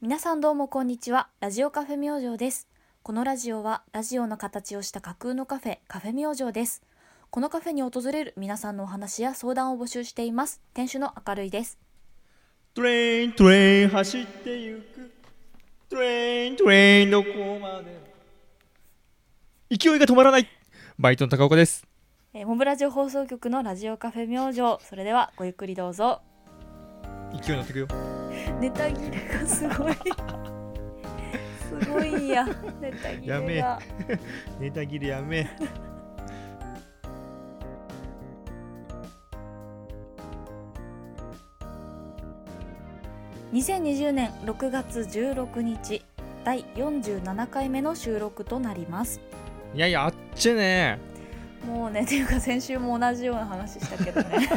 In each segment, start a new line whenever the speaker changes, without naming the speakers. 皆さんどうもこんにちはラジオカフェ明星ですこのラジオはラジオの形をした架空のカフェカフェ明星ですこのカフェに訪れる皆さんのお話や相談を募集しています店主の明るいです
トレイントレイン走ってゆくトレイントレインどこまで勢いが止まらないバイトの高岡です
えーモブラジオ放送局のラジオカフェ明星それではごゆっくりどうぞ
勢い乗ってくよ
ネタ切れがす ごいすごいんやネタ切れが
やめえネタ切れやめ
2020年6月16日第47回目の収録となります
いやいやあっちね
もうね っていうか先週も同じような話したけどね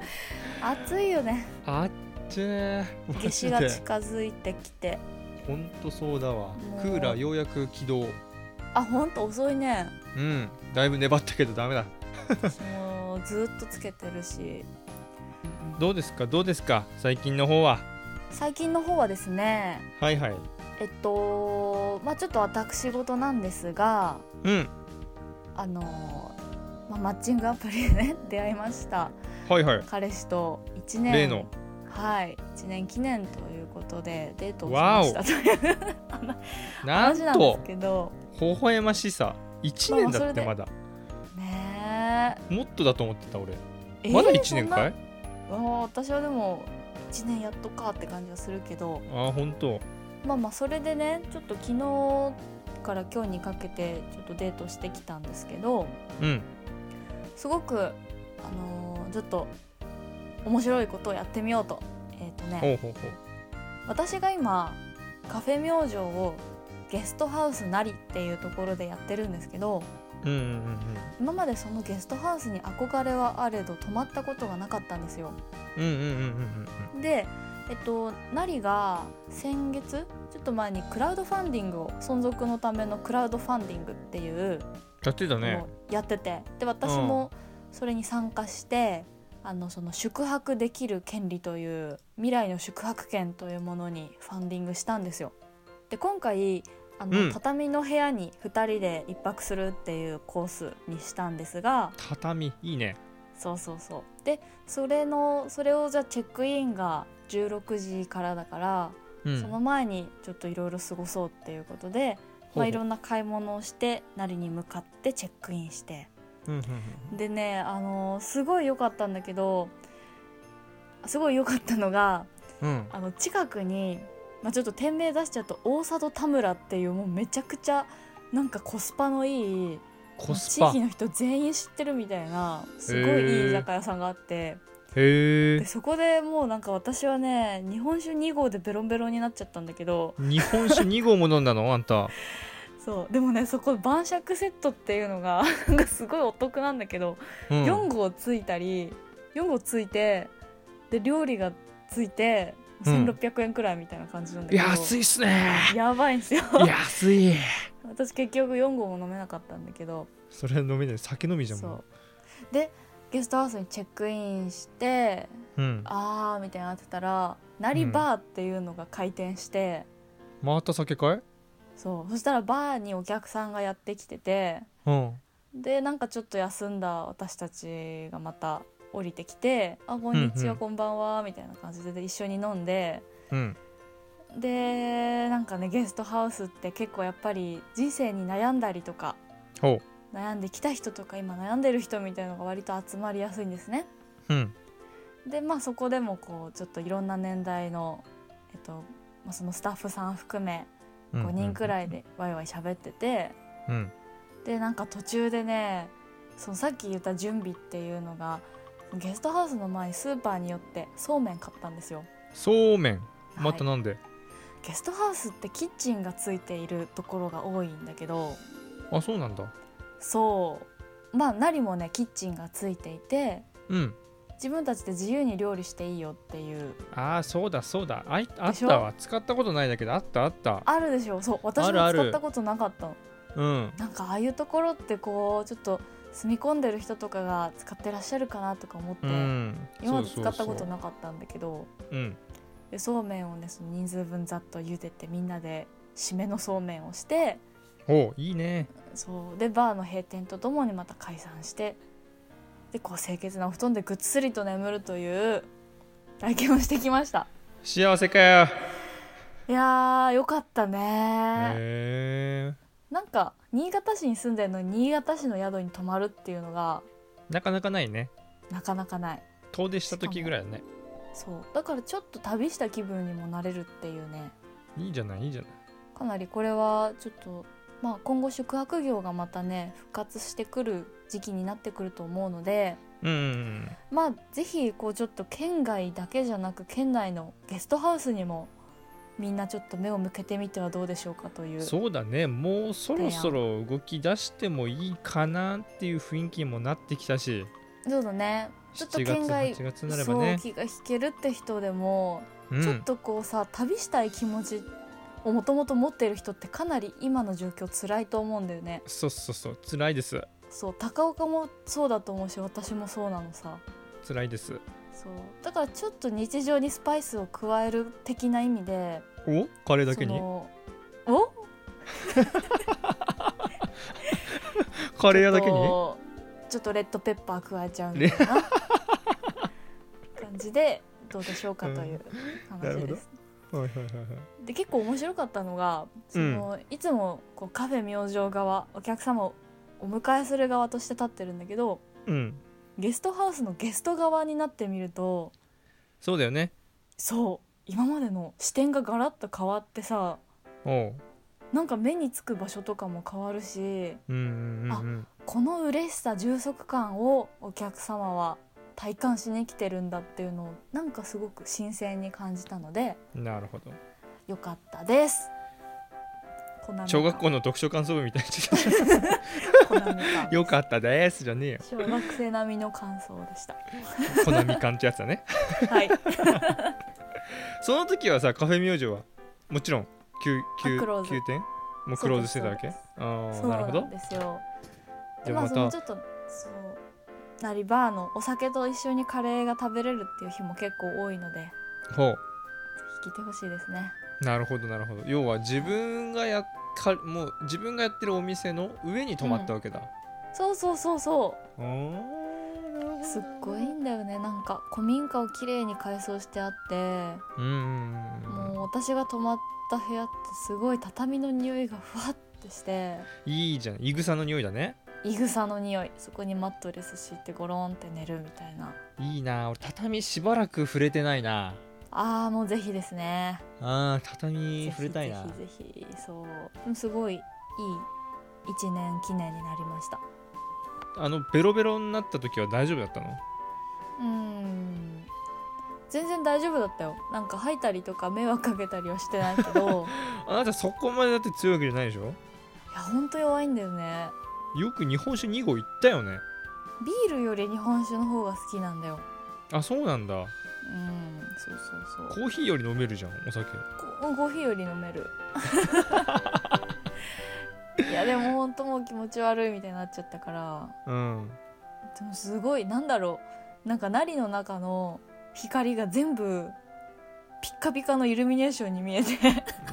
暑いよね
あっちね
夏至が近づいてきて
ほんとそうだわ
もう
クーラーようやく起動
あほんと遅いね
うんだいぶ粘ったけどダメだ
もうずっとつけてるし
どうですかどうですか最近の方は
最近の方はですね
はいはい
えっとまあちょっと私事なんですが
うん
あの、まあ、マッチングアプリでね出会いました
はいはい
彼氏と1年
例の
はい1年記念ということでデートをしましたという
な
話なんんです
と
けど
微笑ましさ1年だって
ま
ま
あ
だ
ね
もっとだと思ってた俺
え
まだ
えー
1年かい
そんなうん私はでも1年やっとかって感じはするけど
あ本当
まあまあそれでねちょっと昨日から今日にかけてちょっとデートしてきたんですけど
うん
すごくあのーちょっと面白いことをやってみようとえっ、とね
ほうほうほう
私が今カフェ明星をゲストハウスなりっていうところでやってるんですけど
うんうんうん
今までそのゲストハウスに憧れはあれど泊まったことがなかったんですよ。
うんうんうんうんうん
でえっとナリが先月ちょっと前にクラウドファンディングを存続のためのクラウドファンディングっていう
やってた
の
ね
をやってて、で私もそれに参加して、あのその宿泊できる権利という未来の宿泊券というものにファンディングしたんですよ。で今回あの、
うん
畳の部屋に2人で一泊するっていうコースにしたんですが
畳いいね
そうそうそうでそれのそれをじゃあチェックインが16時からだから、
うん
その前にちょっといろいろ過ごそうっていうことで、
ほうほ
ま
う
あ、いろんな買い物をしてなりに向かってチェックインして
うんうん
でねあのーすごい良かったんだけどすごい良かったのが
うんうん
あの近くに、まあ、ちょっと店名出しちゃうと大佐戸田村っていうもうめちゃくちゃなんかコスパのいい
コス
地
パ
域の人全員知ってるみたいなすごいいい居酒屋さんがあって。
へえ
でそこでもうなんか私はね日本酒2合でベロンベロンになっちゃったんだけど
日本酒2合も飲んだのあんた
そうでもねそこ晩酌セットっていうのが なんかすごいお得なんだけど、
うん
4合ついたり4合ついてで料理がついて
うん
1600円くらいみたいな感じなんだけど、
安いっすね
やばいんですよ
安い
私結局4合も飲めなかったんだけど
それは飲めない酒飲みじゃん
そ
も
うでゲストハウスにチェックインして
ううん
あーみたいになってたらなりバーっていうのが開店して。
また酒かい
そうそしたらバーにお客さんがやってきてて
うん
でなんかちょっと休んだ私たちがまた降りてきて「あこんにち
うん
は、
うん
こんばんは」みたいな感じでで一緒に飲んで
うん
でなんかねゲストハウスって結構やっぱり人生に悩んだりとか
ほ
悩んできた人とか今悩んでる人みたいのが割と集まりやすいんですね。
ううん
でまあそこでもこうちょっといろんな年代の、えっとまあ、そのスタッフさん含め5人くらいでワイワイ喋ってて。
うん
でなんか途中でねそのさっき言った準備っていうのがゲストハウスの前にスーパーによってそうめん買ったんですよ、
そうめんまた
はい
なんで
ゲストハウスってキッチンがついているところが多いんだけど
あそうなんだ
そうまあなりもねキッチンがついていて
うん
自分たちで自由に料理していいよっていう
ああそうだそうだあいあっ
でしょ
たわ使ったことないだけどあったあった
あるでしょそう私
あ
も
るある
使ったことなかったの
うん
なんかああいうところってこうちょっと住み込んでる人とかが使ってらっしゃるかなとか思って、
うん
今まで使ったこと
い
なかったんだけど
うん
でそうめんをねその人数分ざっと茹でてみんなで締めのそうめんをして
おういいね
そうでバーの閉店とともにまた解散してでこう清潔なお布団でぐっすりと眠るという体験をしてきました
幸せかよ
いやーよかったね
へえ
なんか新潟市に住んでるのに新潟市の宿に泊まるっていうのが
なかなかないね
なかなかない
遠出した時ぐらいだね
そうだからちょっと旅した気分にもなれるっていうね
いいじゃないいいじゃない
かなりこれはちょっと、まあ、今後宿泊業がまたね復活してくる時期になってくると思うので
うんうんうん
まあぜひこうちょっと県外だけじゃなく県内のゲストハウスにもみんなちょっと目を向けてみてはどうでしょうかという
そうだねもうそろそろ動き出してもいいかなっていう雰囲気にもなってきたし
そうだねちょっと
7月
県外
8月になれば
そう
ね
気が引けるって人でも、
うん
ちょっとこうさ旅したい気持ちをもともと持ってる人ってかなり今の状況辛いと思うんだよね
そうそうそう辛いです
そう高岡もそうだと思うし私もそうなのさ
辛いです
そうだからちょっと日常にスパイスを加える的な意味で
おカレーだけ
そ
に
のお
カレー屋だけに
とちょっとレッドペッパー加えちゃうみたいな感じでどうでしょうかという
な
話
るほど
です。
はいはいはいはい
で結構面白かったのがその、いつもこうカフェ明星側お客様をお迎えする側として立ってるんだけど
うん
ゲストハウスのゲスト側になってみると
そうだよね
そう今までの視点がガラッと変わってさ
おう
なんか目につく場所とかも変わるし
うんうんうんうん
この嬉しさ充足感をお客様は体感しに来てるんだっていうのをなんかすごく新鮮に感じたので
なるほど
良かったです。コナミか
小学校の読書感想文みたいに
コナミか
よかったですじゃねえよ
小学生並みの感想でした。
コナミ感ってやつだ ね
はい。
その時はさカフェ明星はもちろん休休
あクローズ
休店もうクローズしてたわけ
そう
あ
ですそ
あー
う
なる
な
ほど
んですよ。
じ
でま
ゃあ
あ
ま
その
た
ちょっとそうなりバーのお酒と一緒にカレーが食べれるっていう日も結構多いのでぜ
ほ
ひ来てほしいですね。
うなるほどなるほど要は自分がやかもう自分がやってるお店の上に泊まったわけだ、
そうそうそうそう。
あーなるほど
すっごいんだよねなんか古民家をきれいに改装してあって、
うんうんうん
もう
う
私が泊まった部屋ってすごい畳の匂いがふわってして
んいいじゃんいぐさの匂いだね
いぐさの匂いそこにマットレス敷いてゴロンって寝るみたいない
いな俺畳しばらく触れてないな
あーもうぜひですね
あー畳
ぜ
触れ
ひ
たい
ぜ
な
ひぜひそううんすごいいい1年記念になりました
あのベロベロになった時は大丈夫だったの
うーん全然大丈夫だったよなんか吐いたりとか迷惑かけたりはしてないけ ど
あなたそこまでだって強いわけじゃないでしょ
いやほんと弱いんだよね
よく日本酒2号いったよね
ビールより日本酒の方が好きなんだよ
あそうなんだ
うんそうそうそう
コーヒーより飲めるじゃんお酒
ココーヒーより飲め るいやでもほんともう気持ち悪いみたいになっちゃったから
うん
でもすごいなんだろうなんかナリの中の光が全部ピッカピカのイルミネーションに見えて
あ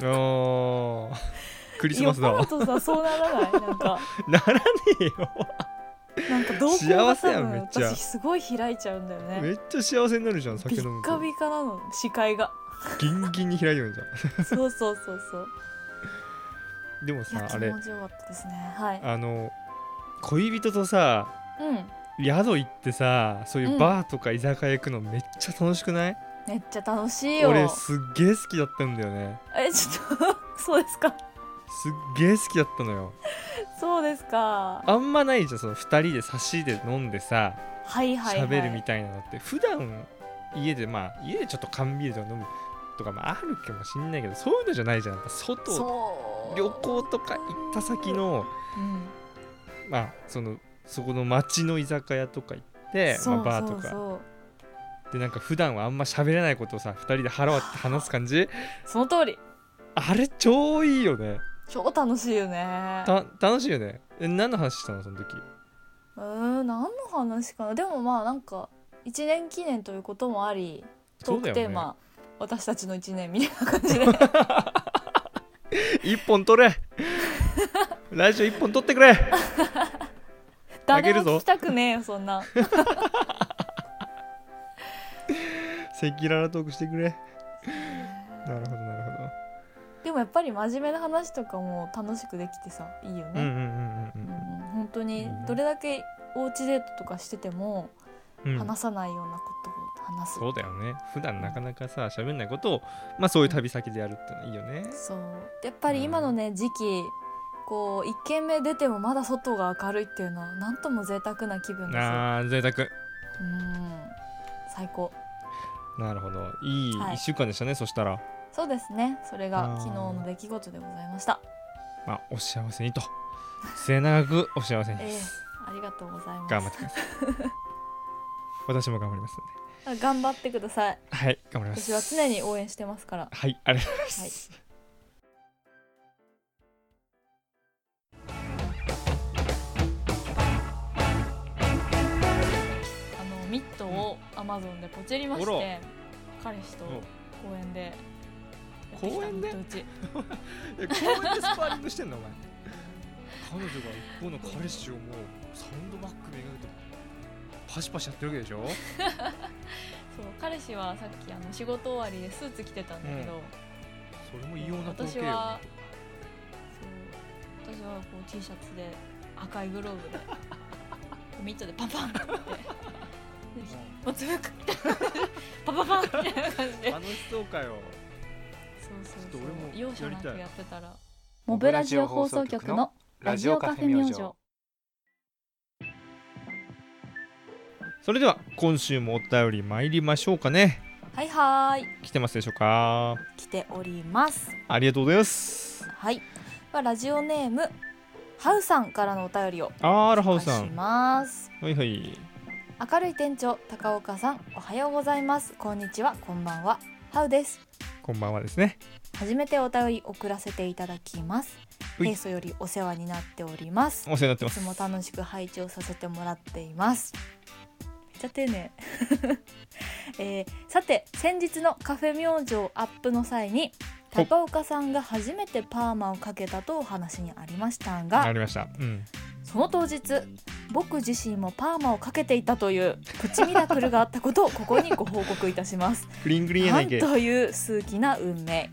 ークリス
酔
マ
っ
スだ
払
わ
うとさそうならないなんか
ならねえよ
なんか瞳孔が
幸せ
多
やんめ
分
っちゃ
私すごい開いちゃうんだよ
め
ね
っちゃ幸せになるじゃん
ピ
酒飲
ッ
む
カ
と
ピカなの視界が
ギンギンに開いてるじゃ
そうそうそうそうん
で
い
も
や
さ
気
あれ
持ちよかったですねはい
あの恋人とさ
うん
宿行ってさそういううんバーとか居酒屋行くのめっちゃ楽しくない、
めっちゃ楽しいよ
俺すっげえ好きだったんだよね
えちょっと そうですか
すっげえ好きだったのよ
そうですか
あんまないじゃんその2人で差しで飲んでさ
はいはいはい
喋るみたいなのって普段家でまあ家でちょっと缶ビールとか飲むとかもあるかもしんないけどそういうのじゃないじゃんやっぱ外
そう
旅行とか行った先の
うん
まあそのそこの町の居酒屋とか行って
そう
まあ、バーと
そう
か
そう
でなんか普段はあんま喋れないことをさ2人で腹割って話す感じ
その通り
あれ超いいよね
超楽しいよね
た楽しいよねえ何の話したのその時
うーん何の話かなでもまあなんか一年記念ということもありトークテーマ、私たちの1年みたいな感じで
一本取れラジオ一本取ってくれ あ
誰
げる
も
ぞ
聞きたくねえよそんな
赤裸々トークしてくれなるほどなるほど
でもやっぱり真面目な話とかも楽しくできてさいいよ
うんう
ね、
んうんう
うん
ん
本当にどれだけおうちデートとかしてても
うんうん
話さないようなことを話す、
そうだよね普段なかなかさ喋んないことをまあそういう旅先でやるってのはいいよね
そうやっぱり今のね時期こう一軒目出てもまだ外が明るいっていうのはなんとも贅沢な気分ですよ
あー贅沢
うん最高
なるほどいい
はい
1週間でしたね、そしたら
そうですねそれが
あー
昨日の出来事でございました
まあお幸せにと末永くお幸せに
ええ
です、
ありがとうございます
頑張ってくだ さい私も頑張りますので
頑張ってください
はい頑張りま
私
す
は常に応援してますから
はいありがとうございます、
あのミットをアマゾンでポチりまし
あ
て
ら
彼氏と公園でやってきた
公園で
ミット打ち
いや公園でスパーリングしてんのお前彼女が一方の彼氏をもうサウンドバックめがけてパシパシやってるわけでし
そ
ょ
う彼氏はさっきあの仕事終わりでスーツ着てたんだけど、
うそれも異様な光景
私
よ
はそう私はこう T シャツで赤いグロー ブでミットでパンパンって打ってでもうつぶくみたいなパパパンみたいな感じで
楽しそうかよ
そうそう
ちょっと俺も
そう容赦なく
やりたい
やってたら
モブラジオ放送局の
ラジオカフェ明星
それでは今週もお便り参りましょうかね
はいはーい
来てますでしょうか
来ております
ありがとうございます
はいではラジオネームハウさんからのお便りを
あーラハ
お
オ
願い
さ
し
ん
ます
はいはい
明るい店長高岡さんおはようございますこんにちはこんばんはハウです
こんばんはですね
初めてお便り送らせていただきます
うい
平素よりお世話になっておりますい
お世話になってま
つ
す
も楽しく拝聴させてもらっていますめっちゃ丁寧、 えーさて先日のカフェ明星アップの際に
ほ
高岡さんが初めてパーマをかけたとお話にありました
あ
が
りましたうん
その当日僕自身もパーマをかけていたというプチミラクルがあったことをここにご報告いたし ます
グリーングリーンや
な
ない
ん
け
という数奇な運命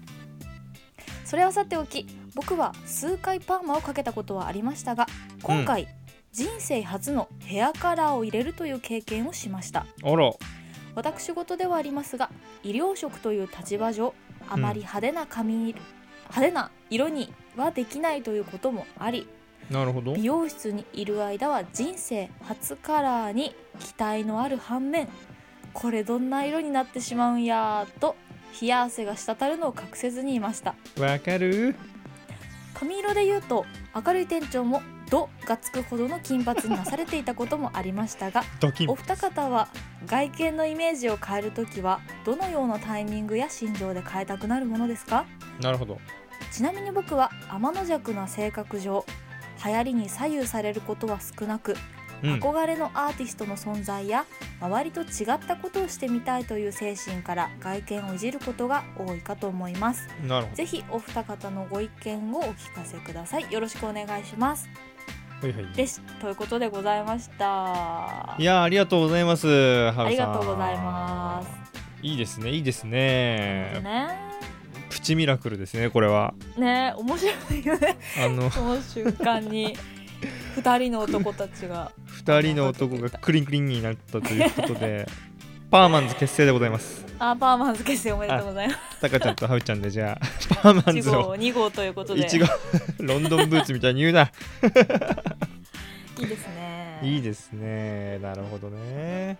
それはさておき僕は数回パーマをかけたことはありましたが今回、人生初のヘアカラーを入れるという経験をしました
あら
私事ではありますが医療職という立場上あまり派手な髪に、派手な色にはできないということもあり
なるほど
美容室にいる間は人生初カラーに期待のある反面これどんな色になってしまうんやーと冷や汗が滴るのを隠せずにいました
わかる
髪色で言うと明るい店長も「ド」がつくほどの金髪になされていたこともありましたが
ドキン
お二方は外見のイメージを変える時はどのようなタイミングや心情で変えたくなるものですか
なるほど
ちなみに僕は天の弱な性格上流行りに左右されることは少なく
うん
憧れのアーティストの存在や周りと違ったことをしてみたいという精神から外見をいじることが多いかと思います
なるほ
ぜひお二方のご意見をお聞かせくださいよろしくお願いします
どはいはい
ですということでございました
いやーありがとうございますあ
ありがとうございます
いいですねいいですね
ね
プチミラクルですねこれは
ね面白いよね
あ の
その瞬間に二人の男たちが
二人の男がクリンクリンになったということでパーマンズ結成でございます
あパーマンズ結成おめでとうございま
タカちゃんとハウちゃんで じゃあパーマ
す
ン
1
ズ
号
を
2号ということで
いちごロンドンブーツみたいに言うない
いですね
いいですねなるほどね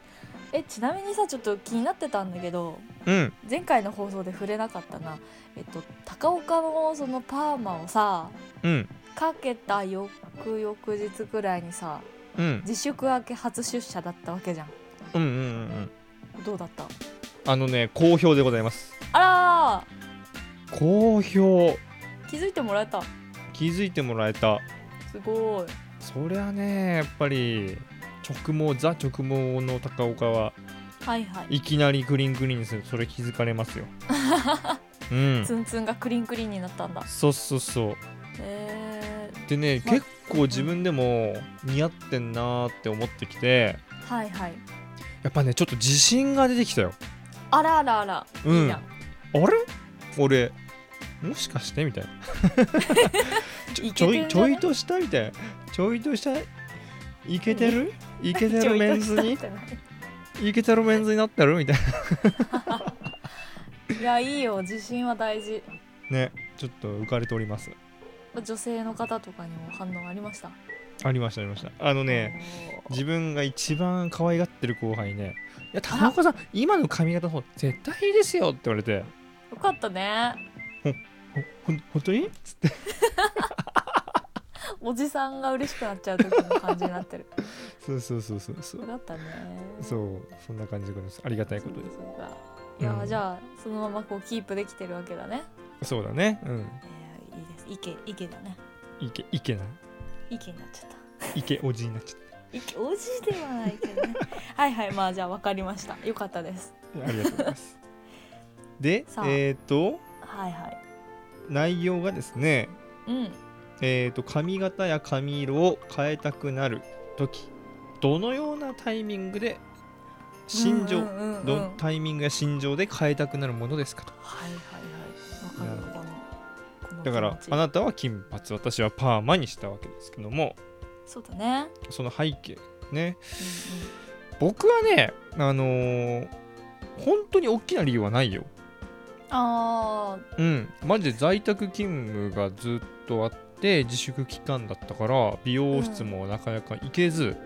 えちなみにさちょっと気になってたんだけど
うん
前回の放送で触れなかったな、えっと、高岡のそのパーマをさ
うん
かけた翌々日くらいにさ
うん
自粛明け初出社だったわけじゃん
うんうんうんうん
どうだった
あのね好評でございます
あ
好評
らー気づいてもらえた
気づいてもらえた
すごい
そりゃねやっぱり直毛ザ直毛の高岡は
はいはい
いきなりグリーングリーンにするそれ気づかれますようん
ツンツンがクリンクリンになったんだ
そうそうそう
えー、
でね、
ま
結構自分でも似合ってんなーって思ってきて
はいはい
やっぱねちょっと自信が出てきたよ
あらあらあら、
うん
いいじゃん
あれ俺もしかしてみ たいなちょ
イ
ち
ケ
ょ
てん
い
じ
ち
ゃ
ょ
ない
いとしたみたいなちょいとしたイケてるイケてるメンズ
ち
に
ょいとしたんじ
イケてるメンズになってるみたい
ゃないいやいいよ自信は大事
なねちょっと浮かれております
女性の方とかにも反応ありました
ありましたありましたあのね
おー
自分が一番可愛がってる後輩ね「いや田中さん今の髪型の方絶対いいですよ」って言われて
よかったね
「ほほん本当に?」
おじさんが嬉しくなっちゃう時の感じになって る
そうそうそうそうそ
よ
う
かったね
そうそんな感じでございますありがたいことです
そうかいや、
うん
じゃあそのままこうキープできてるわけだね
そうだねうん
いやいいです池池だね
いけいけな
池になっちゃった
いけおじになっちゃっ
池おじではないけど ねはいはいまあじゃあ分かりましたよかったです
たありがとうございますで
さあ
えっ、と
はいはい
内容がですね
うん
えっ、と髪型や髪色を変えたくなる時どのようなタイミングで心情、
うんうんうんうん
ど
はい
のタイミングや心情で変えたくなるものですかと
はいはいわかるわかるこの
だから
気持ち
あなたは金髪私はパーマにしたわけですけども
そうだね、
その背景ね
うんうん
僕はねあのー本当に大きな理由はないよ
あー
うんマジで在宅勤務がずっとあって自粛期間だったから美容室もなかなか行けず、
うん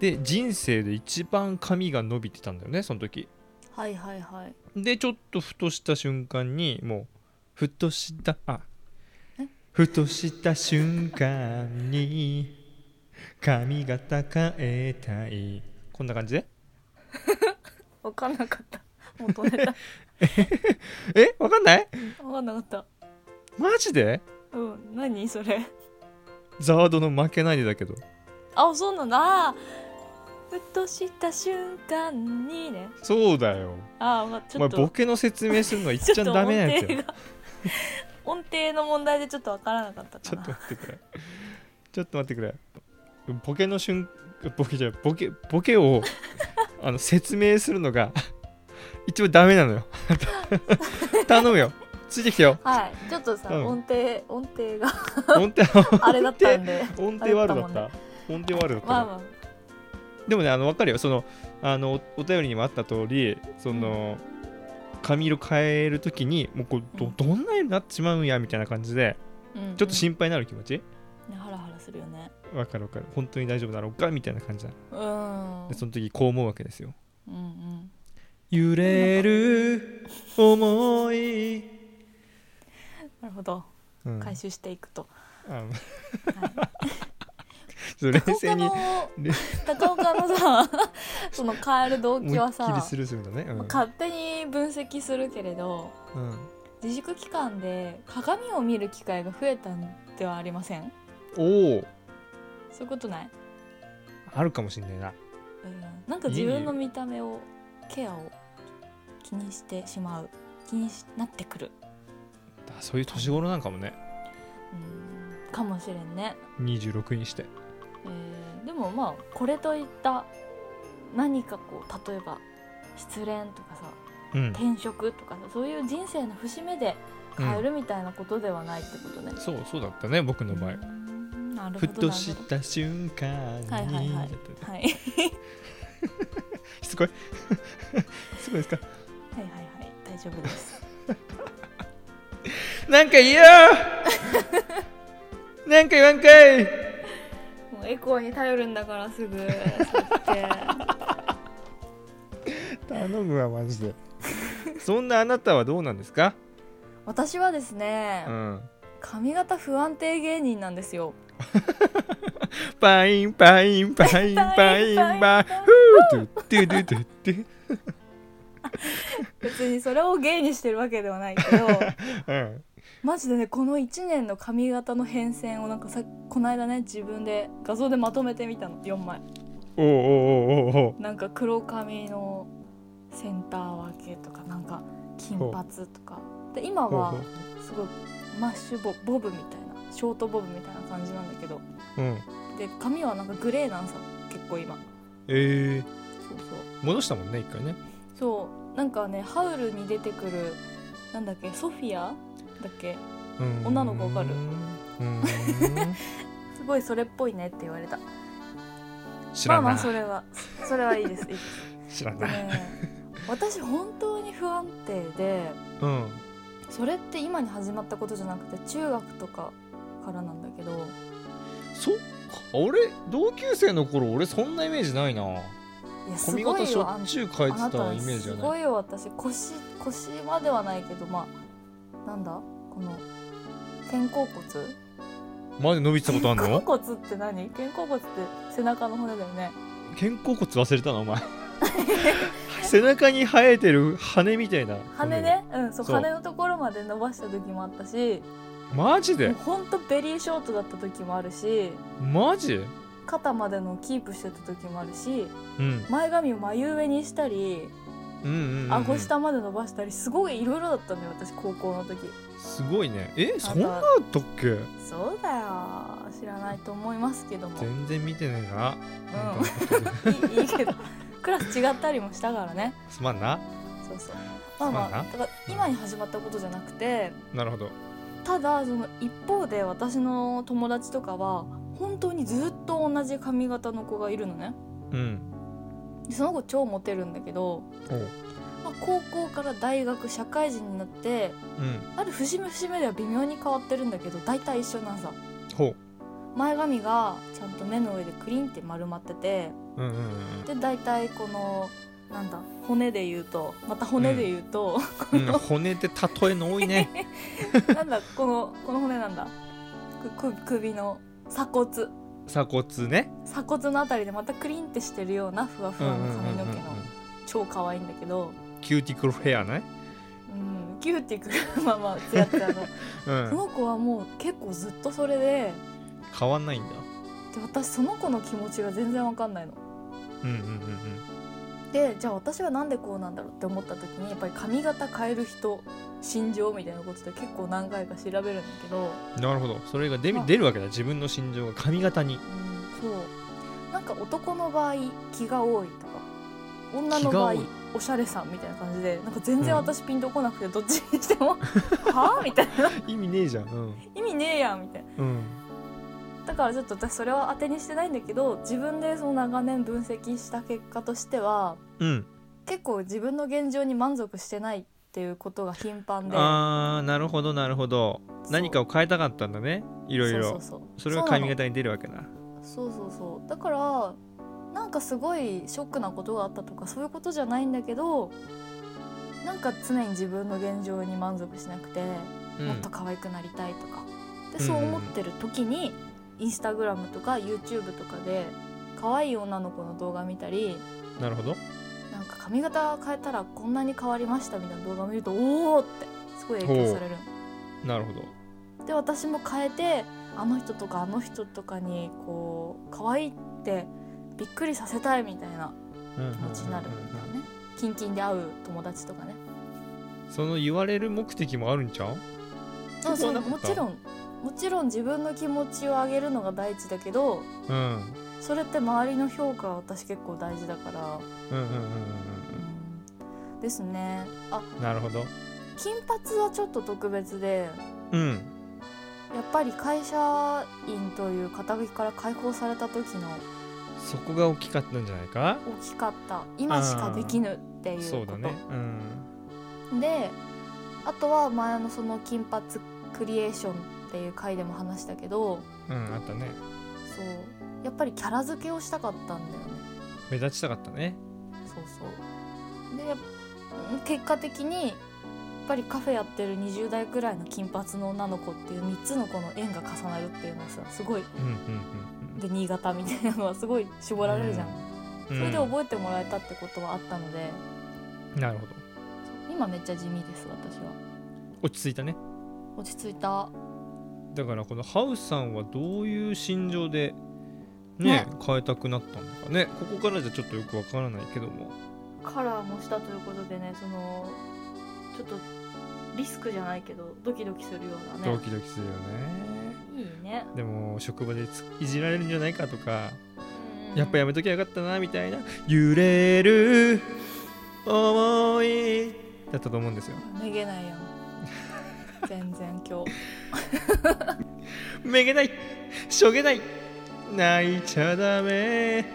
で人生で一番髪が伸びてたんだよねその時
はいはいはい
でちょっとふとした瞬間にもうふとしたあ
え
ふとした瞬間に髪型変えたいこんな感じで
分かんなかった元ネタ
えわかんない
分かんなかった
マジで
うん何それ
ザードの負けないでだけど
あそうなんだあーふとした瞬間にね
そうだよ
あー、まあ、
お
ちょ
前
っと
ボケの説明するのはいっちゃダメなやつよ
ちょっと 音程が音程の問題でちょっとわからなかった
ち
か
ょっ
な
と待ってくれちょっと待ってくれボケの瞬ボケじゃないボケボ ケをあの説明するのが一応ダメな のよ頼むよついてきてよ
はいちょっとさ、
うん
音程音程が
音程
あれだったんで
音程悪だった
あ
音程悪だった、
まあまあ
でもねあの分かるよそのあのおお便りにもあった通りその、髪色変えるときにもうこうど
うん
どんなになってしまうんやみたいな感じで
うんうん
ちょっと心配になる気持ち
ねハラハラするよね
わかるわかる本当に大丈夫だろうかみたいな感じだ
うん
でその時こう思うわけですよ
うんうん
揺れる思い、
なるほど
うん、
回収していくと、
あ
はい
ちょっと冷静に
高岡
冷
の高岡のさ その変える動機は
思いっきり
さ
するするんだね、うん
勝手に分析するけれど
うん、
自粛期間で鏡を見る機会が増えたんではありません
おお
そういうことない、
あるかもしんないな
うん、なんか自分の見た目をケアを気にしてしまう気にしなってくる、
あそういう年頃なんかもね
うん、かもしれんね、
26にして
えーでもまあこれといった何かこう例えば失恋とかさ
うん
転職とかさそういう人生の節目で変えるみたいなことではないってことね。
そうそうだったね僕の場合、
うんなるほ
ふ
ど
とし
なる
た瞬間に、
はいはいはい
だったね
ほどはいはい
しつこい すごいですか
はいはい大丈夫です。
なんか言えよ なんか言わんかい
もうエコーに頼るんだから すぐそうやって
頼むわマジでそんなあなたはどうなんですか
私はですね、
うん
髪型不安定芸人なんですよ。
パインパインパインパインパインフードゥドゥドゥドゥ
別にそれを芸にしてるわけではない けど
うん
マジでねこの1年の髪型の変遷をなんかさこの間ね自分で画像でまとめてみたの4枚。
おうおうおうおうおう
なんか黒髪のセンター分けとかなんか金
ほう
髪とかで今
ほう
は
ほう
すごいマッシュボボブみたいなショートボブみたいな感じなんだけど
うん
で髪はなんかグレーなんさ結構今
えー、
そうそう
戻したもんね一回ね
そうなんかねハウルに出てくるなんだっけソフィアだっけ
うん
女の子わかる
うん
すごいそれっぽいねって言われた
知
まあ
ら
ま
な
あ
い
それはそれはいいですいいです
知ら
で
ない
ね私本当に不安定で
うん
それって今に始まったことじゃなくて中学とかからなんだけど
そっか俺同級生の頃俺そんなイメージないない
やす
髪
ご
型
い
しょ
よあん
っちゅう変え
あな
て
た
たイメージ
す
がな
ご
い
いよ私腰腰まではないけどまあなんだこの肩甲骨
まで伸びてたことあん
肩
の
甲骨って何肩甲骨って背中の骨だよね
肩甲骨忘れたのお前 背中に生えてる羽みたいな
羽ね、うん、そう
そう
羽のところまで伸ばした時もあったし
マジ
もう
で
ほんとベリーショートだった時もあるし
マジ
肩までのをキープしてた時もあるし
うん
前髪を眉上にしたり
うんうんうんうん
顎下まで伸ばしたりすごいいろいろだったんだよ私高校の時
すごいねえそ
あ
んなだっ
と
たっけ
そうだよ知らないと思いますけども
全然見てねえななんか
うん、いいいいけどクラス違ったりもしたからね
すまんな
そうそうまあまあ
そうな
だ
ん
から今に始まったことじゃなくて
なるほど
ただその一方で私の友達とかは本当にずっと同じ髪型の子がいるのね
うん
でその子超モテるんだけど、
おう
まあ、高校から大学社会人になって
うん
ある節目節目では微妙に変わってるんだけど大体一緒なんさ
ほ
前髪がちゃんと目の上でクリンって丸まってて
ううんうんうん
で大体このなんだ骨で言うとまた骨で言うと、
うん うん骨って例えの多いね
なんだこのこの骨なんだくく首の鎖骨
鎖骨 ね
鎖骨のあたりでまたクリンってしてるようなふわふわの髪の毛の超可愛いんだけど、
キューティクルヘアね
うん、キューティクルまあまあつやつやの
う
そ
ん
の子はもう結構ずっとそれで
変わんないんだ
で私その子の気持ちが全然わかんないの。
うんうんうん
でじゃあ私はなんでこうなんだろうって思った時にやっぱり髪型変える人心情みたいなことで結構何回か調べるんだけど、うん、
うんなるほどそれが出
まあ
出るわけだ自分の心情が髪型に
そうなんか男の場合気が多いとか女の場合
気が多い
おしゃれさんみたいな感じでなんか全然
うん
私ピンとこなくてどっちにして もはあみたいな
意味ねえじゃんうん
意味ねえやんみたいな
うん
だからちょっと私それは当てにしてないんだけど自分でその長年分析した結果としては
うん
結構自分の現状に満足してないっていうことが頻繁で。
あーなるほどなるほど
そう
何かを変えたかったんだねい
い
ろいろ
そうそう
それが髪型に出るわけだ
そうそうそうだからなんかすごいショックなことがあったとかそういうことじゃないんだけどなんか常に自分の現状に満足しなくて、
うん
もっと可愛くなりたいとかで
うんうん
そう思ってる時に、インスタグラムとか YouTube とかで可愛い女の子の動画見たり
なるほど
なんか髪型変えたらこんなに変わりましたみたいな動画見るとおおってすごい影響される
なるほど
で私も変えてあの人とかあの人とかにこう可愛いってびっくりさせたいみたいな
うんうん
気持ちになるんだよ
う
ね
ん
キンキンで会う友達とかね
その言われる目的もあるんちゃう
あ
そ
そう
な
の
こと
もちろんもちろん自分の気持ちを上げるのが第一だけど
うん
それって周りの評価は私結構大事だから、
うんうんうんうん
うんですねあ
うんなるほど
金髪はちょっと特別で
うん
やっぱり会社員という肩書きから解放された時の
そこが大きかったんじゃないか
大きかった今しかできぬっていうこと
そうだねうん
であとは前のその金髪クリエーションっていう回でも話したけど
うんあったね
そうやっぱりキャラ付けをしたかったんだよね
目立ちたかったね
そうそうでやっ結果的にやっぱりカフェやってる20代くらいの金髪の女の子っていう3つの子の縁が重なるっていうのはさすごい
うんうん
で新潟みたいなのはす ごい絞られるじゃん、
うんうん
それで覚えてもらえたってことはあったので
うんなるほど
そう今めっちゃ地味です私は
落ち着いたね
落ち着いた
だからこのハウスさんはどういう心情で
ね
ね変えたくなったんだかねここからじゃちょっとよくわからないけども
カラーもしたということでねそのちょっとリスクじゃないけどドキドキするような
ド
ね
キドキするよね
いいね、
でも職場でついじられるんじゃないかとか
うん
やっぱやめときゃよかったなみたいな揺れる思いだったと思うんですよ
めげない やん全然今日
めげないしょげない泣いちゃダメ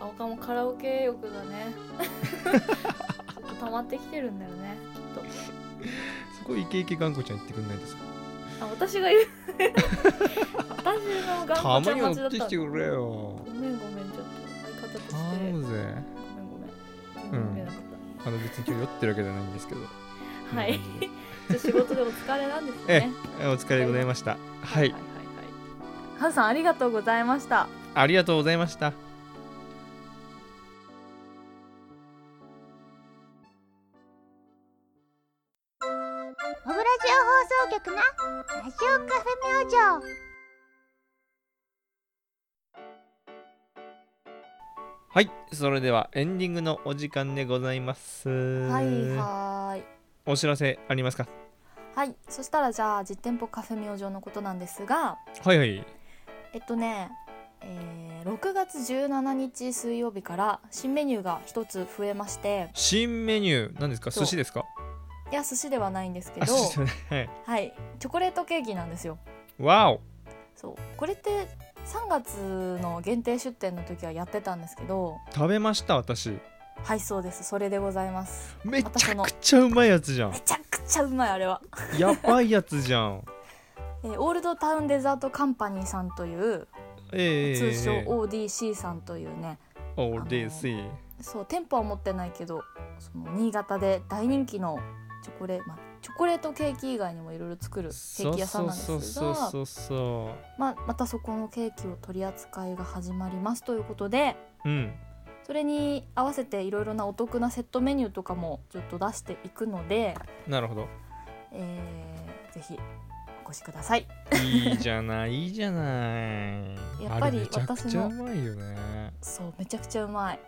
高岡もカラオケ欲がねちょっと溜まってきてるんだよねきっと
そこイケイケ頑固ちゃん言ってくんないですか
あ私が言う私の頑
た
固ち
ま
ゃん
に持
待ちだ
っ
ってた
きてくれよ
ごめんごめんちょっと相方として
頼
ごめん
むぜ
ごめん
うん
見えなかっ
あの別に今日酔ってるわけじゃないんですけど
たはい
こんな感じで
じゃあ仕事でお疲れなんです
え
ね
えお疲れでございましたはい、
はいはいハルさんありがとうございました
ありがとうございました
オブラジオ放送局のラジオカフェ明星
はいそれではエンディングのお時間でございます
はいはーい
お知らせありますか
はいそしたらじゃあ実店舗カフェ明星のことなんですが
はいはい
えっとね、えー、6月17日水曜日から新メニューが一つ増えまして
新メニュー何ですか
そう
寿司ですか
いや寿司ではないんですけ
あ
ど
寿司じゃないはい
はいチョコレートケーキなんですよ
わお
そうこれって3月の限定出店の時はやってたんですけど
食べました私
はいそうですそれでございます
めちゃくちゃうまいやつじゃん
めちゃくちゃうまいあれは、
やばいやつじゃん
えーオールドタウンデザートカンパニーさんという
ええ
通称
ええ
ODC さんというね
オーデーシー
そう店舗は持ってないけどその新潟で大人気のチョコレ,、まあ、チョコレートケーキ以外にもいろいろ作るケーキ屋さんなんです
そうそう
が
そ、うそ
まあ、またそこのケーキを取り扱いが始まりますということで
ううん
それに合わせていろいろなお得なセットメニューとかもちょっと出していくので、
なるほど
えーぜひお越しください。
いいじゃないいいじゃない
やっぱり
あれめちゃく
私
ちゃ
の
うまいよね
そうめちゃくちゃうまい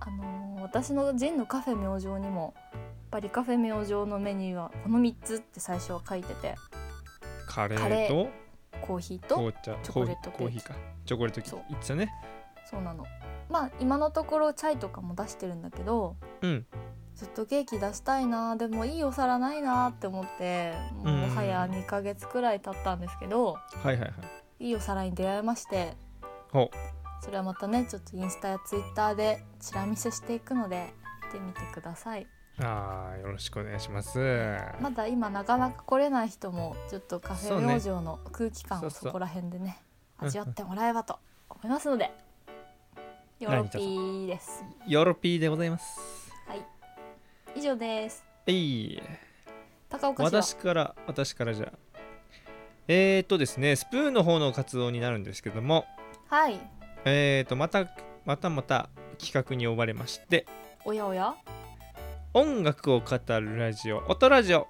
あのー私のジンのカフェ明星にもやっぱりカフェ明星のメニューはこの3つって最初は書いてて
カレ
カ
ー
レ
と
コーヒーと
紅茶
チョコレート
コーヒーコーヒーかチョコレートケーキ
そう
いってたね
そうなのまあ今のところチャイとかも出してるんだけど
うん
ずっとケーキ出したいなでもいいお皿ないなって思ってもう
うん
もはや2ヶ月くらい経ったんですけど
はいはいはい
いいお皿に出会いまして
ほ
それはまたねちょっとインスタやツイッターでチラ見せしていくので見てみてくださいう
あーよろしくお願いします
まだ今なかなか来れない人もちょっとカフ
そう
ェ
ね
明星の空気感
そう
を
そう
そこら辺でね
うんうん
味わってもらえばと思いますのでよろぴーです
ヨロピーでございます
以上です
えい
高岡市は
私から私からじゃあえー、っとですねスプーンの方の活動になるんですけども
はい
えー、っとまたまたまた企画に呼ばれまして
おやおや
音楽を語るラジオ音ラジオ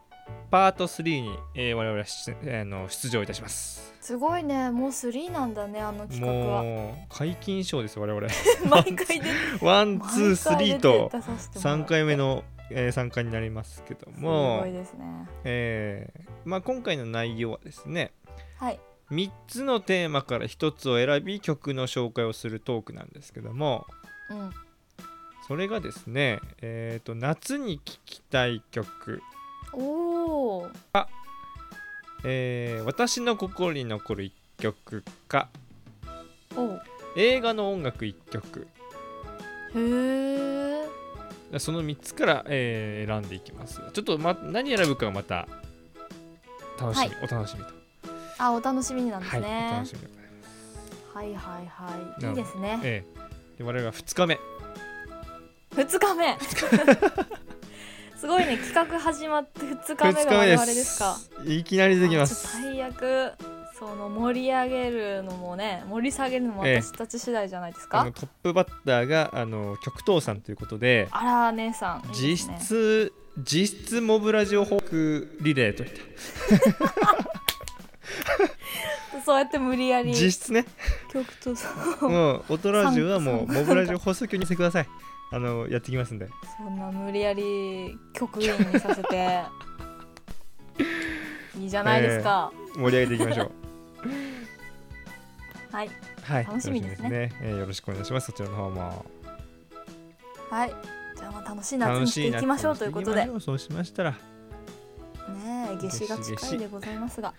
パート3に、えー我々は出,、えーあの出場いたします
すごいねもう3なんだねあの企画は
もう解禁賞ですよ我々
毎回出て
ワンツー
毎
ス
回
リー
出て
と
出させてもらって
3回目の、えー参加になりますけど
す
も
ごい、ですね
えーまあ、今回の内容はですね
はい
3つのテーマから1つを選び曲の紹介をするトークなんですけども
うん
それがですね、えー、と夏に聴きたい曲、
おお
えー私の心に残る1曲か
おう
映画の音楽1曲
へえ
その3つから、えー選んでいきますちょっと、ま、何選ぶかはまた楽しみ、お楽しみと、
あお楽しみになんです
はい、お
ね
楽しみでございます
はいはいはい
なの
いい
で
ですね
ええで我々が2日目
2日 目すごいね企画始まって2日目が我々ですか
いきなりできま
あち
す
ょっと最悪その盛り上げるのもね盛り下げるのも
ええ
私たち次第じゃないです
あ
か、
のトップバッターがあの極東さんということで
あら姉さんいいで
実
すね
質実質モブラジオ報告リレーといった
そうやって無理やり
実質ね
曲とそう
もう音ラジオはもう
参加
モブラジオ放送局にしてくださいあのやってきますんで
そんな無理やり局員にさせ ていいじゃないですか、
盛り上げていきましょう
はい
はい
楽しみですね
楽しみえーよろしくお願いしますそちらの方も
はいじゃあまあ楽しい夏にしていきましょうということでね
楽しい夏にしていきましょそうしましたら
え夏至が近いでございますが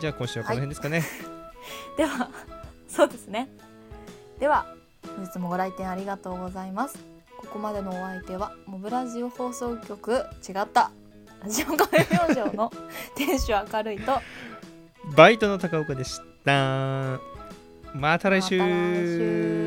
じゃあ今週はこの辺ですかね、
ではそうですねでは本日もご来店ありがとうございますここまでのお相手はモブラジオ放送局違ったラジオカフェ明星の店主明るいと
バイトの高岡でしたまた来週
また来週